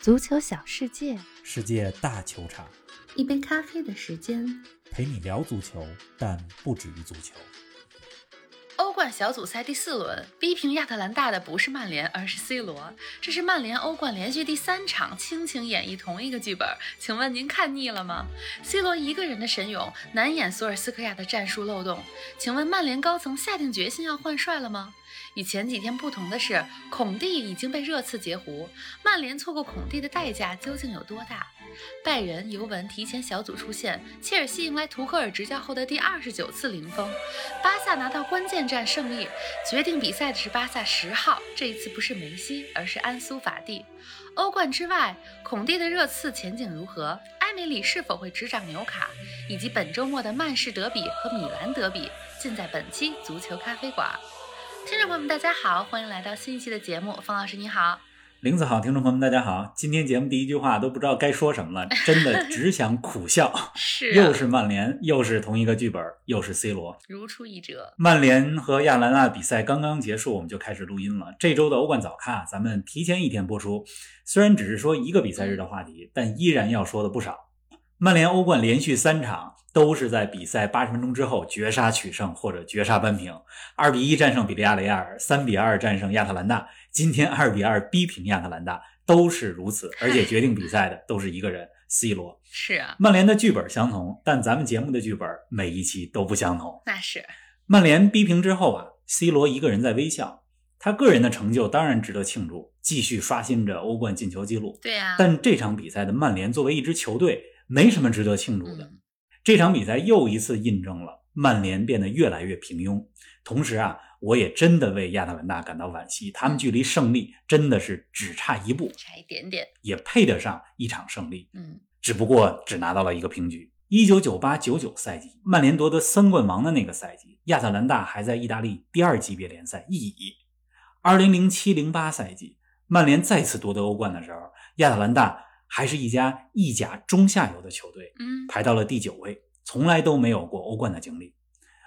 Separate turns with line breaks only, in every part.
足球小世界，
世界大球场，
一杯咖啡的时间。
陪你聊足球，但不止于足球。
欧冠小组赛第四轮逼平亚特兰大的不是曼联，而是 C 罗。这是曼联欧冠连续第三场倾情演绎同一个剧本，请问您看腻了吗？C 罗一个人的神勇难掩索尔斯克亚的战术漏洞，请问曼联高层下定决心要换帅了吗？与前几天不同的是，孔蒂已经被热刺截胡，曼联错过孔蒂的代价究竟有多大？拜仁、尤文提前小组出线，切尔西迎来图克尔执教后的第二十九次零封，巴萨拿到关键战胜利。决定比赛的是巴萨十号，这一次不是梅西，而是安苏法蒂。欧冠之外，孔蒂的热刺前景如何？埃梅里是否会执掌纽卡？以及本周末的曼市德比和米兰德比，尽在本期足球咖啡馆。听众朋友们，大家好，欢迎来到新一期的节目。方老师你好，
林子好，听众朋友们，大家好！今天节目第一句话都不知道该说什么了，真的只想苦笑。
是啊
又是啊曼联，又是同一个剧本，又是 C 罗。
如出一辙。
曼联和亚特兰大比赛刚刚结束，我们就开始录音了。这周的欧冠早咖，咱们提前一天播出。虽然只是说一个比赛日的话题，但依然要说的不少。曼联欧冠连续三场都是在比赛八十分钟之后绝杀取胜或者绝杀扳平，二比一战胜比利亚雷亚尔，三比二战胜亚特兰大，今天二比二逼平亚特兰大，都是如此。而且决定比赛的都是一个人，C 罗。
是啊，
曼联的剧本相同，但咱们节目的剧本每一期都不相同。
那是
曼联逼平之后啊，C 罗一个人在微笑，他个人的成就当然值得庆祝，继续刷新着欧冠进球记录。
对啊。
但这场比赛的曼联作为一支球队，没什么值得庆祝的。
嗯，
这场比赛又一次印证了曼联变得越来越平庸。同时啊，我也真的为亚特兰大感到惋惜，他们距离胜利真的是只差一步，
差一点点。
也配得上一场胜利。
嗯，
只不过只拿到了一个平局。一九九八九九赛季，曼联夺得三冠王的那个赛季，亚特兰大还在意大利第二级别联赛一乙。二零零七零八赛季，曼联再次夺得欧冠的时候，亚特兰大还是一家意甲中下游的球队，
嗯，
排到了第九位，从来都没有过欧冠的经历。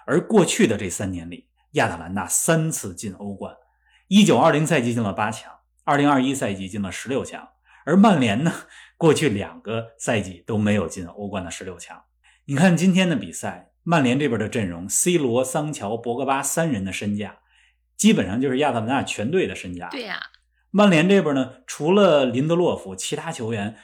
而过去的这三年里，亚特兰大三次进欧冠，一九二零赛季进了八强，二零二一赛季进了十六强，而曼联呢，过去两个赛季都没有进欧冠的十六强。你看今天的比赛，曼联这边的阵容，C 罗、桑乔、博格巴三人的身价，基本上就是亚特兰大全队的身价。
对啊呀、
曼联这边呢，除了林德洛夫，其他球员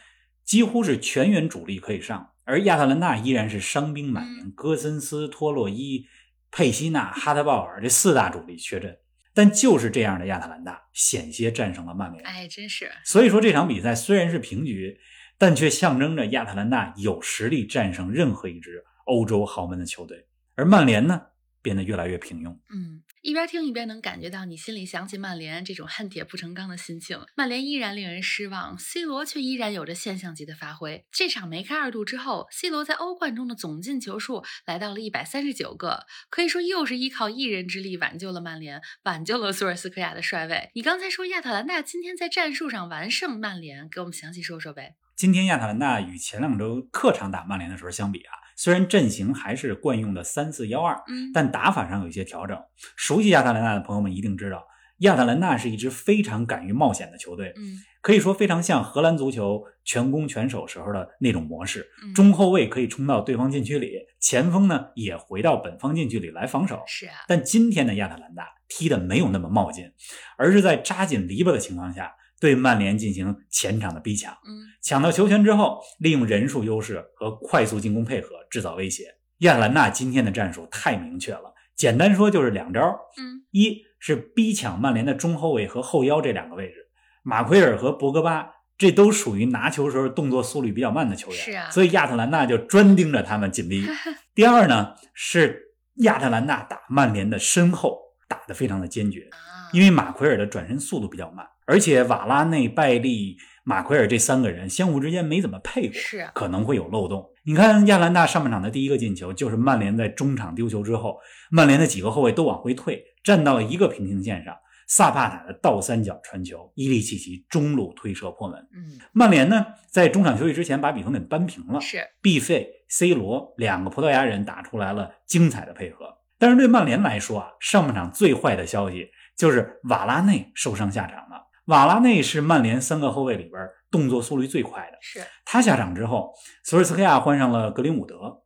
几乎是全员主力可以上，而亚特兰大依然是伤兵满营，
嗯
戈森斯、托洛伊、佩西纳、哈特鲍尔这四大主力缺阵。但就是这样的亚特兰大，险些战胜了曼联。
哎，真是
所以说这场比赛虽然是平局，但却象征着亚特兰大有实力战胜任何一支欧洲豪门的球队，而曼联呢，变得越来越平庸。
嗯，一边听一边能感觉到你心里想起曼联这种恨铁不成钢的心情。曼联依然令人失望，C 罗却依然有着现象级的发挥。这场梅开二度之后，C 罗在欧冠中的总进球数来到了一百三十九个，可以说又是依靠一人之力挽救了曼联，挽救了索尔斯克亚的帅位。你刚才说亚特兰大今天在战术上完胜曼联，给我们详细说说呗。
今天亚特兰大与前两周客场打曼联的时候相比啊，虽然阵型还是惯用的三四幺二，
嗯，
但打法上有一些调整。熟悉亚特兰大的朋友们一定知道，亚特兰大是一支非常敢于冒险的球队，
嗯
可以说非常像荷兰足球全攻全守时候的那种模式。
嗯，
中后卫可以冲到对方禁区里，前锋呢也回到本方禁区里来防守。
是啊，
但今天的亚特兰大踢得没有那么冒进，而是在扎紧篱笆的情况下，对曼联进行前场的逼抢。
嗯
抢到球权之后，利用人数优势和快速进攻配合制造威胁。亚特兰大今天的战术太明确了，简单说就是两招：
嗯
一是逼抢曼联的中后卫和后腰这两个位置，马奎尔和博格巴这都属于拿球时候动作速率比较慢的球员，
是啊
所以亚特兰大就专盯着他们紧 逼。第二呢是亚特兰大打曼联的身后打得非常的坚决，
啊，
因为马奎尔的转身速度比较慢，而且瓦拉内、拜利、马奎尔这三个人相互之间没怎么配过，
是啊
可能会有漏洞。你看亚特兰大上半场的第一个进球，就是曼联在中场丢球之后，曼联的几个后卫都往回退，站到了一个平行线上。萨帕塔的倒三角传球，伊利契奇中路推射破门。
嗯
曼联呢，在中场休息之前把比分给扳平了，
是
必费、C 罗两个葡萄牙人打出来了精彩的配合。但是对曼联来说啊，上半场最坏的消息就是瓦拉内受伤下场了。瓦拉内是曼联三个后卫里边动作速率最快的。
是
他下场之后，索尔斯克亚换上了格林伍德，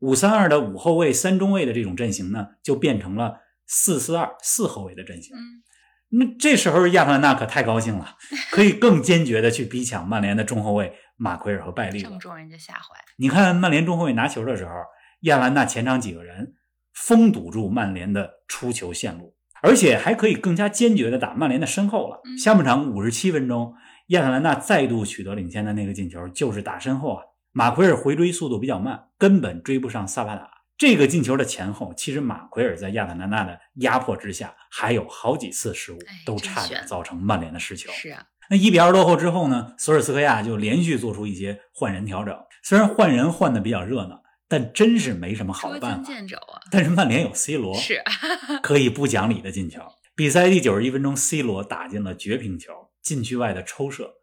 五三二的五后卫三中卫的这种阵型呢，就变成了四四二四后卫的阵型。
嗯，
那这时候亚特兰大可太高兴了，可以更坚决的去逼抢曼联的中后卫马奎尔和拜利了
正。中人家下怀，
你看曼联中后卫拿球的时候，亚特兰大前场几个人封堵住曼联的出球线路，而且还可以更加坚决的打曼联的身后了。
嗯
下半场五十七分钟，亚特兰大再度取得领先的那个进球就是打身后啊，马奎尔回追速度比较慢，根本追不上萨帕塔。这个进球的前后，其实马奎尔在亚特兰大的压迫之下，还有好几次失误
哎
都
真
差点
悬
造成曼联的失球。
是啊，
那一比二落后之后呢，索尔斯克亚就连续做出一些换人调整。虽然换人换的比较热闹，但真是没什么好
捉
的办
襟
法。
见肘啊，
但是曼联有 C 罗，
是啊
可以不讲理的进球。比赛第九十一分钟，C 罗打进了绝平球，禁区外的抽射。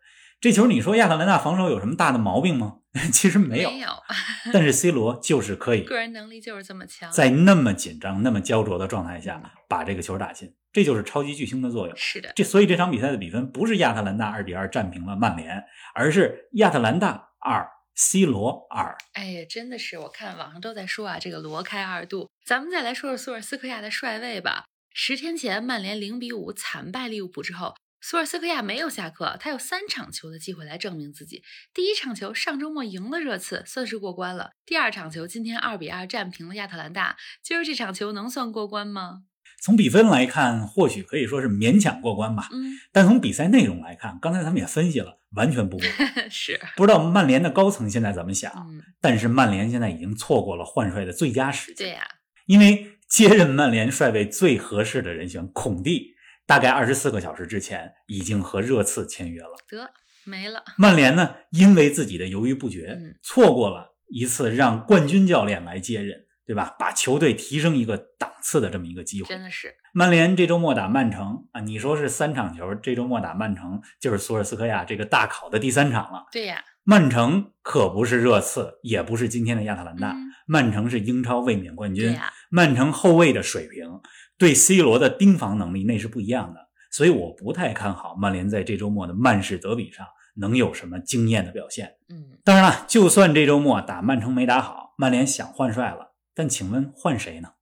这球你说亚特兰大防守有什么大的毛病吗？ 其实没有，
没有，啊
但是 C 罗就是可以
个人能力就是这么强，
在那么紧张、那么焦灼的状态下把这个球打进，这就是超级巨星的作用。
是的，
这所以这场比赛的比分不是亚特兰大二比二战平了曼联，而是亚特兰大二，C 罗二。
哎呀，真的是，我看网上都在说啊，这个罗开二度。咱们再来说说索尔斯克亚的帅位吧。十天前，曼联零比五惨败利物浦之后，索尔斯克亚没有下课，他有三场球的机会来证明自己。第一场球上周末赢了热刺，算是过关了；第二场球今天二比二战平了亚特兰大，今儿这场球能算过关吗？
从比分来看，或许可以说是勉强过关吧，
嗯，
但从比赛内容来看，刚才咱们也分析了，完全不过关。
是，啊
不知道曼联的高层现在怎么想，
嗯，
但是曼联现在已经错过了换帅的最佳时
对
机，
呀、
因为接任曼联帅位最合适的人选孔蒂，大概二十四个小时之前已经和热刺签约了。
得没了，
曼联呢，因为自己的犹豫不决，
嗯
错过了一次让冠军教练来接任，对吧？把球队提升一个档次的这么一个机会
真。的是，
曼联这周末打曼城啊，你说是三场球，这周末打曼城就是索尔斯克亚这个大考的第三场了。
对呀、
曼城可不是热刺，也不是今天的亚特兰大，
嗯，
曼城是英超卫冕冠军，
对呀、
曼城后卫的水平对 C 罗的盯防能力那是不一样的，所以我不太看好曼联在这周末的曼市德比上能有什么惊艳的表现。
嗯，
当然了，就算这周末打曼城没打好，曼联想换帅了，但请问换谁呢？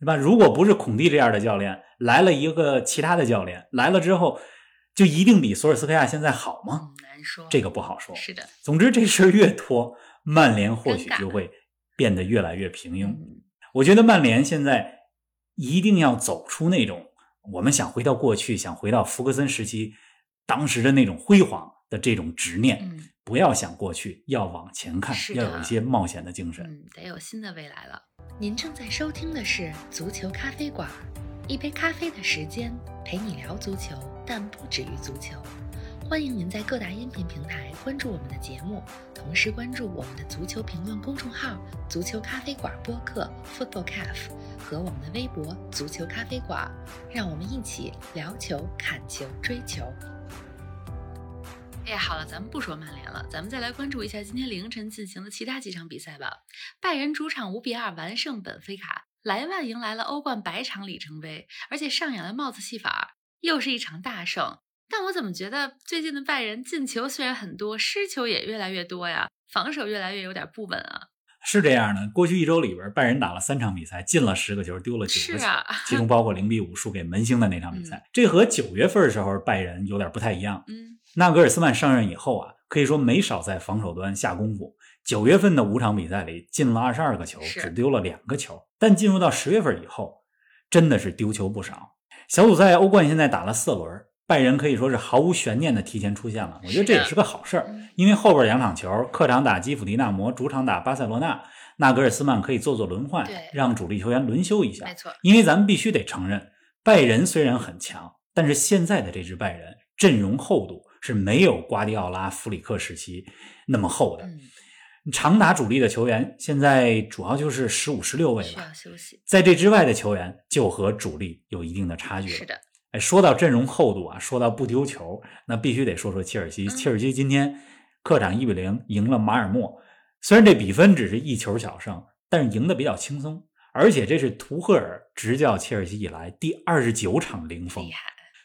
对吧？如果不是孔蒂这样的教练，来了一个其他的教练，来了之后就一定比索尔斯克亚现在好吗？
嗯，难说，
这个不好说。
是的，
总之，这事儿越拖，曼联或许
尴尬
就会变得越来越平庸。
嗯。
我觉得曼联现在一定要走出那种我们想回到过去，想回到福格森时期当时的那种辉煌的这种执念，
嗯
不要想过去，要往前看，
是的
要有一些冒险的精神。
嗯，得有新的未来了。
您正在收听的是《足球咖啡馆》，一杯咖啡的时间陪你聊足球，但不止于足球。
欢迎您在各大音频平台关注我们的节目，同时关注我们的足球评论公众号“足球咖啡馆播客 ”（Football Cafe） 和我们的微博“足球咖啡馆”，让我们一起聊球、看球、追球。哎呀，好了，咱们不说曼联了，咱们再来关注一下今天凌晨进行的其他几场比赛吧。拜仁主场五比二完胜本菲卡，莱万迎来了欧冠百场里程碑，而且上演了帽子戏法，又是一场大胜。但我怎么觉得最近的拜仁进球虽然很多，失球也越来越多呀，防守越来越有点不稳啊。
是这样的，过去一周里边，拜仁打了三场比赛，进了十个球，丢了九
是
个球。
啊，
其中包括零比五输给门兴的那场比赛，这和九月份的时候拜仁有点不太一样。
嗯，
纳格尔斯曼上任以后啊，可以说没少在防守端下功夫。九月份的五场比赛里进了二十二个球，
是
只丢了两个球。但进入到十月份以后，真的是丢球不少。小组赛欧冠现在打了四轮，拜仁可以说是毫无悬念的提前出现了。我觉得这也是个好事儿，
嗯
因为后边两场球，客场打基辅迪纳摩，主场打巴塞罗那，纳格尔斯曼可以做做轮换
对，
让主力球员轮休一下
没。错，
因为咱们必须得承认，拜仁虽然很强，但是现在的这支拜仁阵容厚度是没有瓜迪奥拉、弗里克时期那么厚的。
嗯，
长打主力的球员现在主要就是十五、十六位
需
吧
要，休息。
在这之外的球员就和主力有一定的差距了。
是的，
哎，说到阵容厚度啊，说到不丢球，那必须得说说切尔西。
嗯
切尔西今天客场一比零赢了马尔默，虽然这比分只是一球小胜，但是赢得比较轻松。而且这是图赫尔执教切尔西以来第二十九场零封
哎厉，害，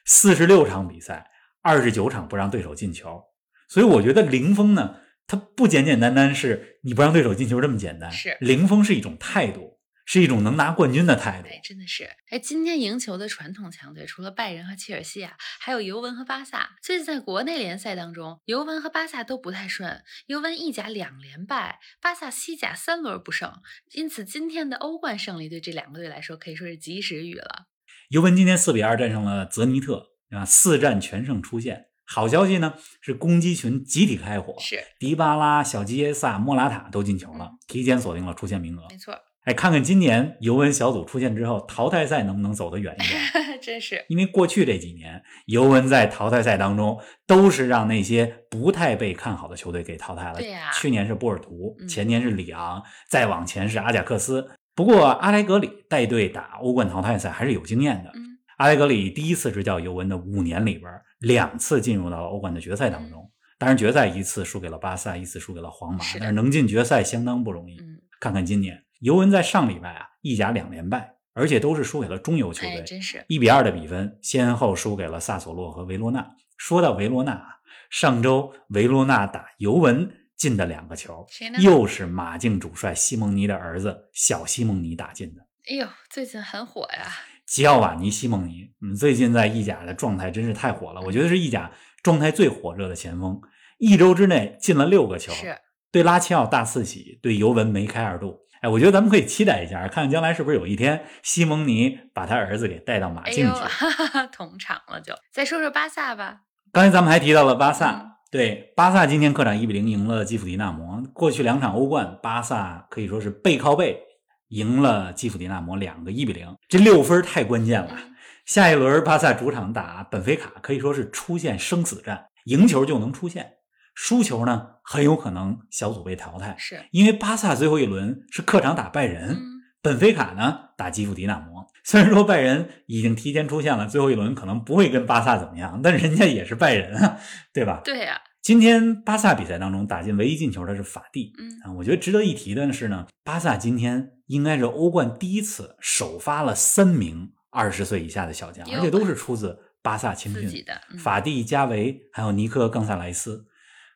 四十六场比赛，二十九场不让对手进球。所以我觉得零封呢，它不简简单单是你不让对手进球这么简单，
是
零封是一种态度，是一种能拿冠军的态度。
哎，真的是哎！今天赢球的传统强队，除了拜仁和切尔西啊，还有尤文和巴萨。最近在国内联赛当中，尤文和巴萨都不太顺，尤文意甲两连败，巴萨西甲三轮不胜。因此，今天的欧冠胜利对这两个队来说可以说是及时雨了。
尤文今天四比二战胜了泽尼特，啊，四战全胜出线。好消息呢是攻击群集体开火，
是
迪巴拉、小基耶萨、莫拉塔都进球了
嗯，
提前锁定了出线名额。
没错，
哎，看看今年尤文小组出现之后，淘汰赛能不能走得远一点？
真是
因为过去这几年，尤文在淘汰赛当中都是让那些不太被看好的球队给淘汰了。
对呀
去年是波尔图，
嗯
前年是里昂，再往前是阿贾克斯。不过阿莱格里带队打欧冠淘汰赛还是有经验的。
嗯
阿莱格里第一次执教尤文的五年里边，两次进入到了欧冠的决赛
嗯
当中。当然，决赛一次输给了巴萨，一次输给了皇马，
是的
但是能进决赛相当不容易。
嗯，
看看今年，尤文在上礼拜啊，意甲两连败，而且都是输给了中游球
哎，
队，
真是
一比二的比分，先后输给了萨索洛和维罗纳。说到维罗纳啊，上周维罗纳打尤文进的两个球，
谁呢？
又是马竞主帅西蒙尼的儿子小西蒙尼打进的。
哎呦，最近很火呀，
吉奥瓦尼·西蒙尼，嗯，最近在意甲的状态真是太火了，我觉得是意甲状态最火热的前锋，一周之内进了六个球，
是
对拉齐奥大四喜，对尤文梅开二度。哎，我觉得咱们可以期待一下，看看将来是不是有一天西蒙尼把他儿子给带到马
哎
竞
呦，
去。
哈哈哈， 同场了就。再说说巴萨吧，
刚才咱们还提到了巴萨，
嗯
对巴萨今天客场一比零赢了基辅迪纳摩。过去两场欧冠，巴萨可以说是背靠背赢了基辅迪纳摩两个一比零，这六分太关键了。
嗯
下一轮巴萨主场打本菲卡，可以说是出现生死战，赢球就能出线，输球呢很有可能小组被淘汰。
是
因为巴萨最后一轮是客场打拜仁，
嗯，
本菲卡呢打基辅迪纳摩。虽然说拜仁已经提前出现了，最后一轮可能不会跟巴萨怎么样，但人家也是拜仁啊，对吧？
对呀、
今天巴萨比赛当中打进唯一进球的是法蒂
嗯
啊，我觉得值得一提的是呢，巴萨今天应该是欧冠第一次首发了三名二十岁以下的小将，
哟
而且都是出自巴萨青
自己
训，
的、嗯、
法蒂、加维还有尼克·冈萨莱斯，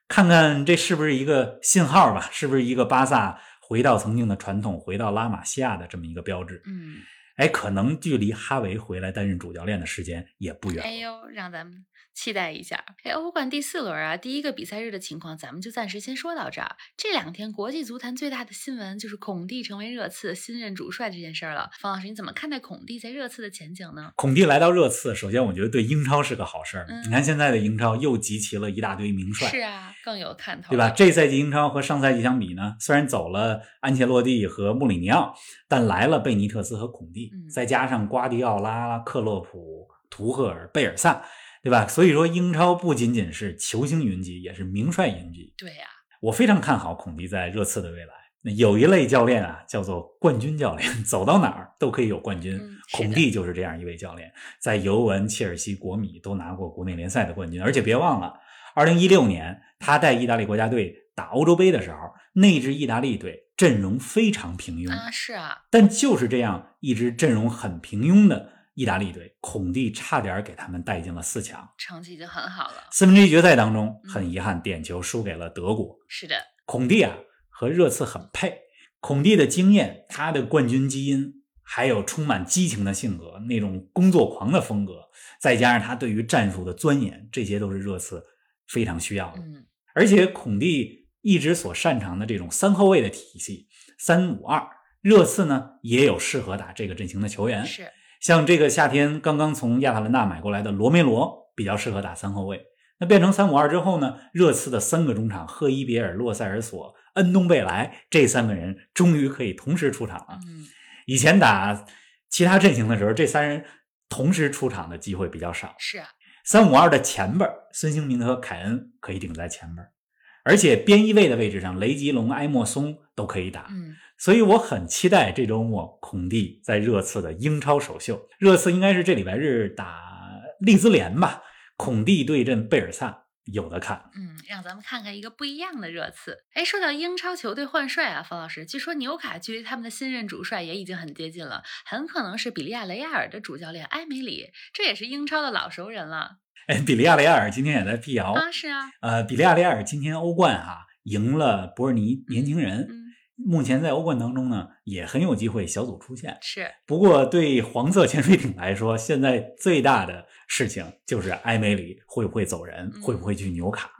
看看这是不是一个信号吧？是不是一个巴萨回到曾经的传统，回到拉玛西亚的这么一个标志？
嗯，
哎，可能距离哈维回来担任主教练的时间也不远。
哎呦，让咱们期待一下。哎，欧冠第四轮啊，第一个比赛日的情况，咱们就暂时先说到这儿。这两天国际足坛最大的新闻就是孔蒂成为热刺新任主帅这件事儿了。方老师，你怎么看待孔蒂在热刺的前景呢？
孔蒂来到热刺，首先我觉得对英超是个好事儿。
嗯
你看现在的英超又集齐了一大堆名帅，
是啊，更有看头，
对吧？？这赛季英超和上赛季相比呢，虽然走了安切洛蒂和穆里尼奥，但来了贝尼特斯和孔蒂，
嗯
再加上瓜迪奥拉、克洛普、图赫尔、贝尔萨，对吧？所以说，英超不仅仅是球星云集，也是名帅云集。
对呀、
我非常看好孔蒂在热刺的未来。那有一类教练啊，叫做冠军教练， 走到哪儿都可以有冠军。
嗯是的
孔蒂就是这样一位教练，在尤文、切尔西、国米都拿过国内联赛的冠军，而且别忘了，二零一六年他带意大利国家队打欧洲杯的时候，那支意大利队阵容非常平庸，
啊，是啊，
但就是这样一支阵容很平庸的意大利队，孔蒂差点给他们带进了四强。
成绩已经很好了。
四分之一决赛当中，
嗯
很遗憾点球输给了德国。
是的，
孔蒂啊和热刺很配，孔蒂的经验、他的冠军基因，还有充满激情的性格、那种工作狂的风格，再加上他对于战术的钻研，这些都是热刺非常需要的。
嗯，
而且孔蒂一直所擅长的这种三后卫的体系，三五二，热刺呢也有适合打这个阵型的球员，
嗯是
像这个夏天刚刚从亚特兰大买过来的罗梅罗，比较适合打三后卫。那变成三五二之后呢，热刺的三个中场赫伊别尔、洛塞尔索、恩东贝莱这三个人终于可以同时出场了。
嗯，
以前打其他阵型的时候，这三人同时出场的机会比较少。
是啊，
三五二的前辈儿孙兴民和凯恩可以顶在前辈儿，而且边翼位的位置上，雷吉隆、埃莫松都可以打。
嗯，
所以我很期待这周末孔蒂在热刺的英超首秀。热刺应该是这礼拜日打利兹联吧？孔蒂对阵贝尔萨，有的看。
嗯，让咱们看看一个不一样的热刺。哎，说到英超球队换帅啊，方老师，据说纽卡距离他们的新任主帅也已经很接近了，很可能是比利亚雷亚尔的主教练埃梅里，这也是英超的老熟人了
哎，比利亚雷亚尔今天也在辟谣，
啊。是啊，
呃，比利亚雷亚尔今天欧冠哈、赢了伯尔尼年轻人，
嗯，
目前在欧冠当中呢也很有机会小组出线。
是
不过对黄色潜水艇来说，现在最大的事情就是埃梅里会不会走人，
嗯
会不会去纽卡。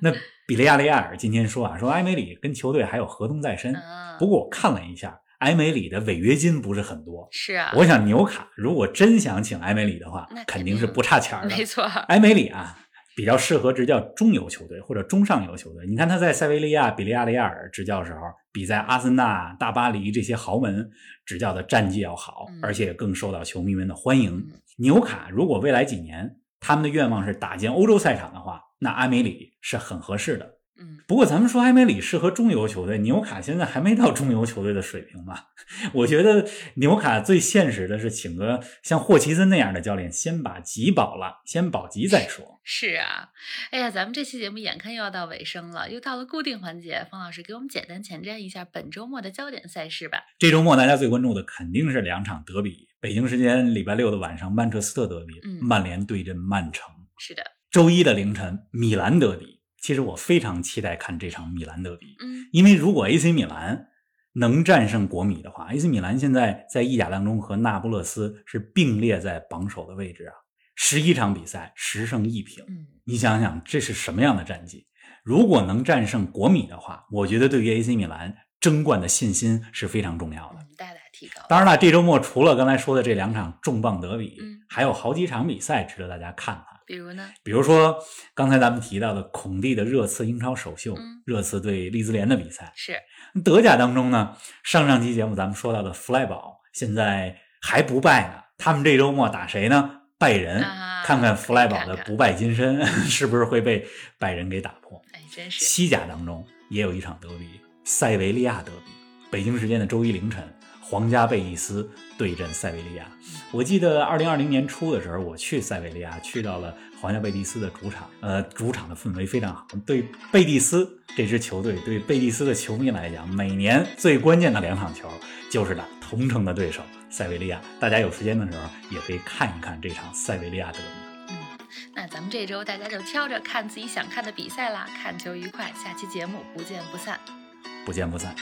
那比利亚雷亚尔今天说啊，说埃梅里跟球队还有合同在身，
嗯，
不过我看了一下，埃梅里的违约金不是很多。
是啊，
我想纽卡如果真想请埃梅里的话
那，肯
肯
定
定是不差钱儿的
没。错，
埃梅里啊，比较适合执教中游球队或者中上游球队。你看他在塞维利亚、比利亚雷亚尔执教的时候，比在阿森纳、大巴黎这些豪门执教的战绩要好
嗯，
而且更受到球迷们的欢迎。
嗯
纽卡如果未来几年他们的愿望是打进欧洲赛场的话，那埃梅里是很合适的。
嗯，
不过咱们说埃梅里适合中游球队，纽卡现在还没到中游球队的水平吧？ 我觉得纽卡最现实的是请个像霍奇森那样的教练，先把级保了，先保级再说。
是啊，哎呀，咱们这期节目眼看又要到尾声了，又到了固定环节，方老师给我们简单前瞻一下本周末的焦点赛事吧。
这周末大家最关注的肯定是两场德比，北京时间礼拜六的晚上曼彻斯特德比，
嗯
曼联对阵曼城；
是的，
周一的凌晨米兰德比。其实我非常期待看这场米兰德比，
嗯
因为如果 AC 米兰能战胜国米的话，AC 米兰现在在意甲当中和那不勒斯是并列在榜首的位置啊，十一场比赛十胜一平，
嗯，
你想想这是什么样的战绩？如果能战胜国米的话，我觉得对于 AC 米兰争冠的信心是非常重要的。
嗯，大大提高。
当然了，这周末除了刚才说的这两场重磅德比
嗯，
还有好几场比赛值得大家看啊看。
比如呢？
比如说刚才咱们提到的孔蒂的热刺英超首秀
嗯，
热刺对利兹联的比赛，
是
德甲当中呢，上上期节目咱们说到的弗赖堡现在还不败呢，他们这周末打谁呢？拜仁，
啊
看看弗赖堡
看
的
看
不败金身 是不是会被拜仁给打破。
哎，真是
西甲当中也有一场德比，塞维利亚德比，北京时间的周一凌晨，皇家贝蒂斯对阵塞维利亚。我记得二零二零年初的时候，我去塞维利亚，去到了皇家贝蒂斯的主场，呃，主场的氛围非常好。对贝蒂斯这支球队，对贝蒂斯的球迷来讲，每年最关键的两场球就是打同城的对手塞维利亚。大家有时间的时候，也可以看一看这场塞维利亚德比。
嗯，那咱们这周大家就挑着看自己想看的比赛啦，看球愉快，下期节目不见不散。
不见不散。